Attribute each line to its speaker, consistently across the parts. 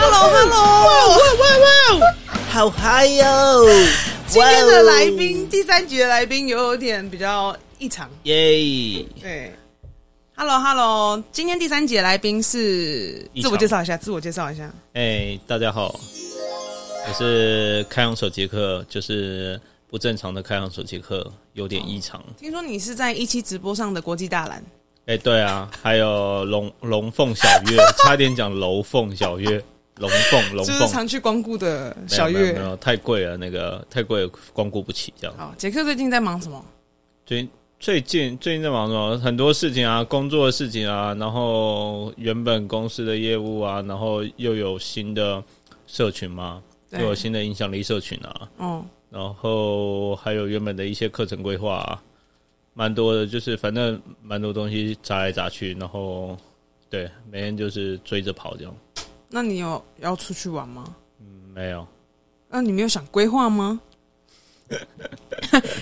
Speaker 1: Hello，Hello，
Speaker 2: 哇哇哇！
Speaker 1: 好嗨哟！
Speaker 2: 今天的来宾，第三集的来宾有点比较异常。
Speaker 1: 耶，
Speaker 2: 对，Hello，Hello，今天第三集的来宾是自
Speaker 1: 异常
Speaker 2: 我介绍一下，自我介绍一下。
Speaker 1: 哎，大家好，我是开膛手杰克，就是不正常的开膛手杰克，有点异常。
Speaker 2: 听说你是在一期直播上的国际大蓝，
Speaker 1: 哎，对啊，还有龙龙凤小 月，差点讲楼凤小月，龙凤龙
Speaker 2: 就是
Speaker 1: 凤。
Speaker 2: 常去光顾的
Speaker 1: 没有
Speaker 2: 小
Speaker 1: 没有
Speaker 2: 月
Speaker 1: 没。有太贵了，那个太贵了，光顾不起这样。
Speaker 2: 好，杰克最近在忙什么？
Speaker 1: 最最近最近在忙什么？很多事情啊，工作的事情啊，然后原本公司的业务啊，然后又有新的社群嘛，又
Speaker 2: 对
Speaker 1: 有新的影响力社群啊，
Speaker 2: 哦，
Speaker 1: 然后还有原本的一些课程规划啊，蛮多的，就是反正蛮多东西砸来砸去，然后对，每天就是追着跑这样。
Speaker 2: 那你有要出去玩吗？
Speaker 1: 嗯没有，
Speaker 2: 那你没有想规划 吗？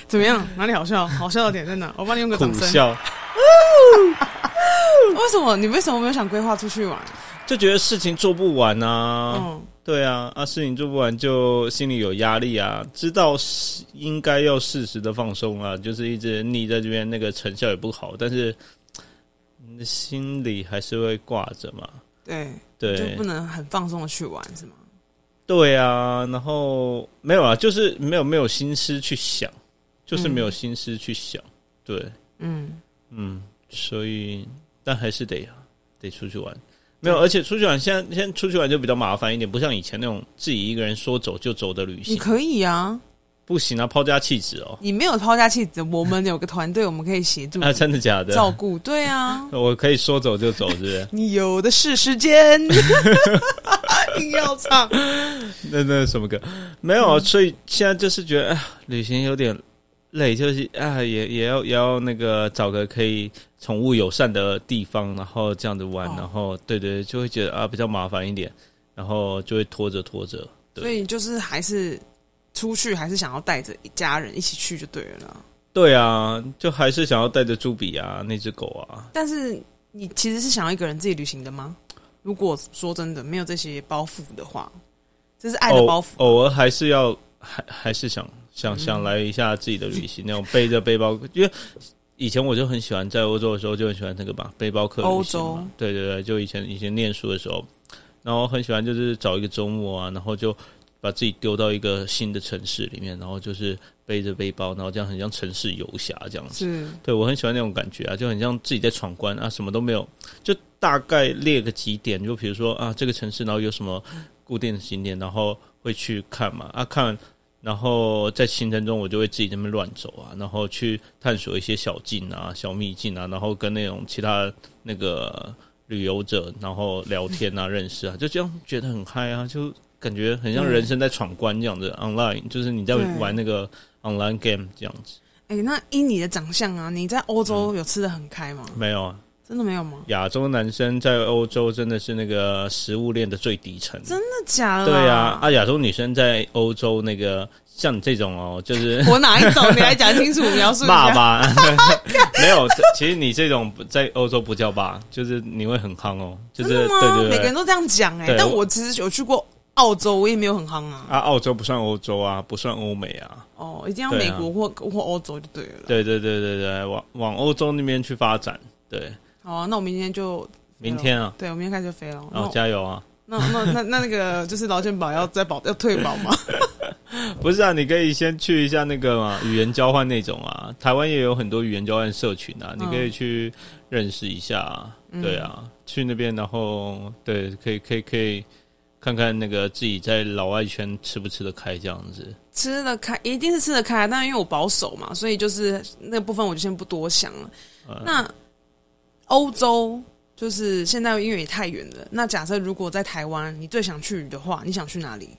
Speaker 2: 怎么样？哪里好笑？好笑的点在哪？我帮你用个
Speaker 1: 苦
Speaker 2: 掌声。
Speaker 1: 笑
Speaker 2: 为什么你为什么没有想规划出去玩？
Speaker 1: 就觉得事情做不完啊。
Speaker 2: 嗯，
Speaker 1: 对啊，啊，事情做不完就心里有压力啊，知道是应该要适时的放松啊，就是一直腻在这边，那个成效也不好，但是你的心里还是会挂着嘛。
Speaker 2: 对，就
Speaker 1: 对
Speaker 2: 不，能很放松的去玩是吗？
Speaker 1: 对啊，然后没有啊，就是没有没有心思去想，就是没有心思去想。对，
Speaker 2: 嗯，
Speaker 1: 嗯，所以但还是得得出去玩。没有，而且出去玩现在现在出去玩就比较麻烦一点，不像以前那种自己一个人说走就走的旅
Speaker 2: 你
Speaker 1: 行。
Speaker 2: 可以啊，
Speaker 1: 不行啊，抛家弃子哦。
Speaker 2: 你没有抛家弃子，我们有个团队，我们可以协助
Speaker 1: 啊，真的假的？
Speaker 2: 照顾。对啊，？
Speaker 1: 我可以说走就走，是不是
Speaker 2: 你有的是时 间，硬要唱。
Speaker 1: 那那什么歌？没有啊，所以现在就是觉得，啊，旅行有点累，就是啊，也也要也要那个找个可以宠物友善的地方，然后这样子玩，
Speaker 2: 哦
Speaker 1: 然后对对，就会觉得啊比较麻烦一点，然后就会拖着拖着。对
Speaker 2: 所以就是还是出去，还是想要带着一家人一起去就对了啦。
Speaker 1: 对啊，就还是想要带着朱比啊那只狗啊，
Speaker 2: 但是你其实是想要一个人自己旅行的吗？如果说真的没有这些包袱的话，这是爱的
Speaker 1: 偶
Speaker 2: 包袱。嗯
Speaker 1: 偶尔还是要还还是想想想来一下自己的旅行，那种背着背包，因为以前我就很喜欢在欧洲的时候就很喜欢那个吧背包客旅行嘛
Speaker 2: 欧洲
Speaker 1: 对对对，就以前以前念书的时候，然后很喜欢就是找一个周末啊，然后就把自己丢到一个新的城市里面，然后就是背着背包，然后这样很像城市游侠这样子。
Speaker 2: 是，
Speaker 1: 对我很喜欢那种感觉啊，就很像自己在闯关啊，什么都没有，就大概列个几点，就比如说啊，这个城市然后有什么固定的景点，然后会去看嘛啊看，然后在行程中我就会自己在那边乱走啊，然后去探索一些小径啊、小秘境啊，然后跟那种其他那个旅游者然后聊天啊、认识啊，就这样觉得很嗨啊，就感觉很像人生在闯关这样子、o n l i n e 就是你在
Speaker 2: 对
Speaker 1: 玩那个 online game 这样子，
Speaker 2: 哎、那依你的长相啊，你在欧洲
Speaker 1: 嗯
Speaker 2: 有吃的很开吗？
Speaker 1: 没有啊。
Speaker 2: 真的没有吗？
Speaker 1: 亚洲男生在欧洲真的是那个食物链的最底层。
Speaker 2: 真的假的？
Speaker 1: 对啊，，啊，亚洲女生在欧洲那个像你这种哦，就是
Speaker 2: 我哪一种？你来讲清楚，描述一
Speaker 1: 爸
Speaker 2: 下。
Speaker 1: 爸 没有，其实你这种不在欧洲不叫爸，就是你会很夯哦，就
Speaker 2: 真的
Speaker 1: 是
Speaker 2: 吗？
Speaker 1: 对
Speaker 2: 每
Speaker 1: 对
Speaker 2: 个人
Speaker 1: 对。
Speaker 2: 都这样讲哎、
Speaker 1: 对
Speaker 2: 但
Speaker 1: 我
Speaker 2: 我其实有去过澳洲，我也没有很夯啊。
Speaker 1: 啊，澳洲不算欧洲啊，不算欧美啊，
Speaker 2: 哦，一定要
Speaker 1: 对
Speaker 2: 美
Speaker 1: 啊
Speaker 2: 国或、或欧洲就对了啦。
Speaker 1: 对对对对对，往往欧洲那边去发展。对，
Speaker 2: 好啊，那我明天就
Speaker 1: 明天啊，
Speaker 2: 对，我明天开始就飞了。那
Speaker 1: 哦
Speaker 2: 我
Speaker 1: 加油啊！
Speaker 2: 那那那那那个就是劳健保要再保要退保吗？
Speaker 1: 不是啊，你可以先去一下那个嘛，语言交换那种啊，台湾也有很多语言交换社群啊，
Speaker 2: 嗯
Speaker 1: 你可以去认识一下啊，对啊，去那边然后对，可以可以可以看看那个自己在老外圈吃不吃得开这样子。
Speaker 2: 吃得开一定是吃得开，啊但因为我保守嘛，所以就是那部分我就先不多想了。
Speaker 1: 嗯
Speaker 2: 那欧洲就是现在因为也太远了，那假设如果在台湾，你最想去的话，你想去哪里？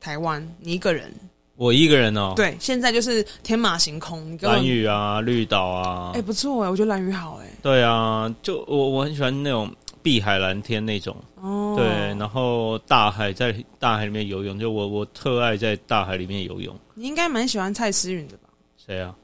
Speaker 2: 台湾，你一个人？
Speaker 1: 我一个人哦，
Speaker 2: 对，现在就是天马行空，你跟我
Speaker 1: 蓝，屿啊，绿岛啊，
Speaker 2: 哎、不错哎、我觉得蓝宇好哎、
Speaker 1: 对啊，就我我很喜欢那种碧海蓝天那种。
Speaker 2: 哦，
Speaker 1: 对，然后大海在大海里面游泳，就我我特爱在大海里面游泳。
Speaker 2: 你应该蛮喜欢蔡诗芸的吧？
Speaker 1: 谁啊？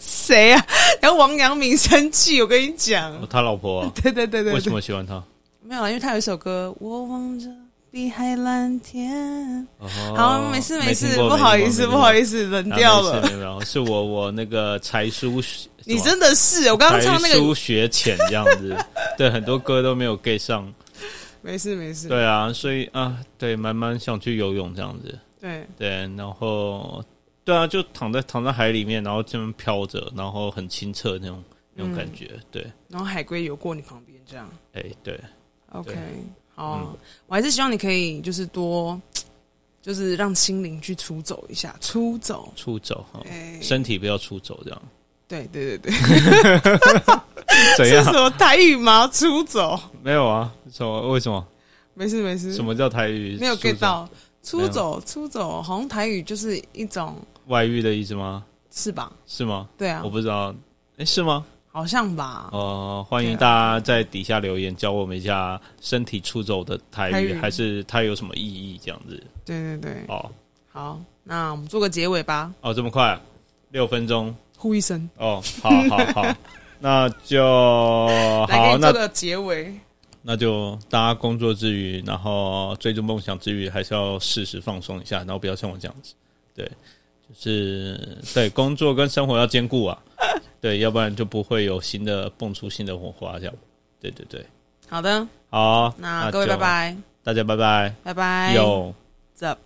Speaker 2: 谁啊？ 然后王阳明生气，我跟你讲
Speaker 1: 哦，他老婆啊？
Speaker 2: 对对对对
Speaker 1: 为
Speaker 2: 对
Speaker 1: 什么喜欢他？
Speaker 2: 没有啊，因为他有一首歌，我望着碧海蓝天。
Speaker 1: 哦
Speaker 2: 好，没事
Speaker 1: 没
Speaker 2: 事，不好意思，不好
Speaker 1: 思，
Speaker 2: 意思，冷掉了。
Speaker 1: 然后是啊我我那个才疏学，
Speaker 2: 你
Speaker 1: 什么
Speaker 2: 真的是，我刚刚唱那
Speaker 1: 才疏
Speaker 2: 个，
Speaker 1: 学浅这样 子，对，很多歌都没有 get 上，
Speaker 2: 没事没事，
Speaker 1: 对啊，所以啊，对，慢慢想去游泳这样子，
Speaker 2: 对
Speaker 1: 对，然后对啊，就躺在躺在海里面，然后这么飘着，然后很清澈那种那种感觉，
Speaker 2: 嗯
Speaker 1: 对，
Speaker 2: 然后海龟游过你旁边这样
Speaker 1: 哎、对，
Speaker 2: ，OK，
Speaker 1: 对嗯
Speaker 2: 好啊、我还是希望你可以就是多，就是让心灵去出走一下，出走，
Speaker 1: 出走哈，
Speaker 2: 哎、
Speaker 1: 身体不要出走这样，
Speaker 2: 对对对对，
Speaker 1: 怎
Speaker 2: 是什
Speaker 1: 样？
Speaker 2: 么台语吗？出走，
Speaker 1: 没有啊，什么？为什么？
Speaker 2: 没事没事，
Speaker 1: 什么叫台语？
Speaker 2: 没有
Speaker 1: 出
Speaker 2: get
Speaker 1: 走
Speaker 2: 到，出走出走，好像台语就是一种
Speaker 1: 外遇的意思吗？
Speaker 2: 是吧？
Speaker 1: 是吗？
Speaker 2: 对啊
Speaker 1: 我，不知道，哎，是吗？
Speaker 2: 好像吧，
Speaker 1: 呃，欢迎
Speaker 2: 对啊
Speaker 1: 大家在底下留言，教我们一下身体出走的台
Speaker 2: 台
Speaker 1: 语，
Speaker 2: 语
Speaker 1: 还是它有什么意义？这样子
Speaker 2: 对对对，
Speaker 1: 哦
Speaker 2: 好，那我们做个结尾吧，
Speaker 1: 哦，这么快啊，六分钟
Speaker 2: 呼一声，
Speaker 1: 哦，好好 好，那就
Speaker 2: 来给
Speaker 1: 好，
Speaker 2: 你做
Speaker 1: 那
Speaker 2: 个结尾。
Speaker 1: 那就大家工作之余，然后追逐梦想之余，还是要适时放松一下，然后不要像我这样子，对，就是对工作跟生活要 兼顾啊，对，要不然就不会有新的蹦出新的火花，这样，对对对，
Speaker 2: 好的，
Speaker 1: 好，
Speaker 2: 那各位
Speaker 1: 就
Speaker 2: 拜，拜，
Speaker 1: 大家拜拜。
Speaker 2: 拜拜，
Speaker 1: 有
Speaker 2: ，Zap。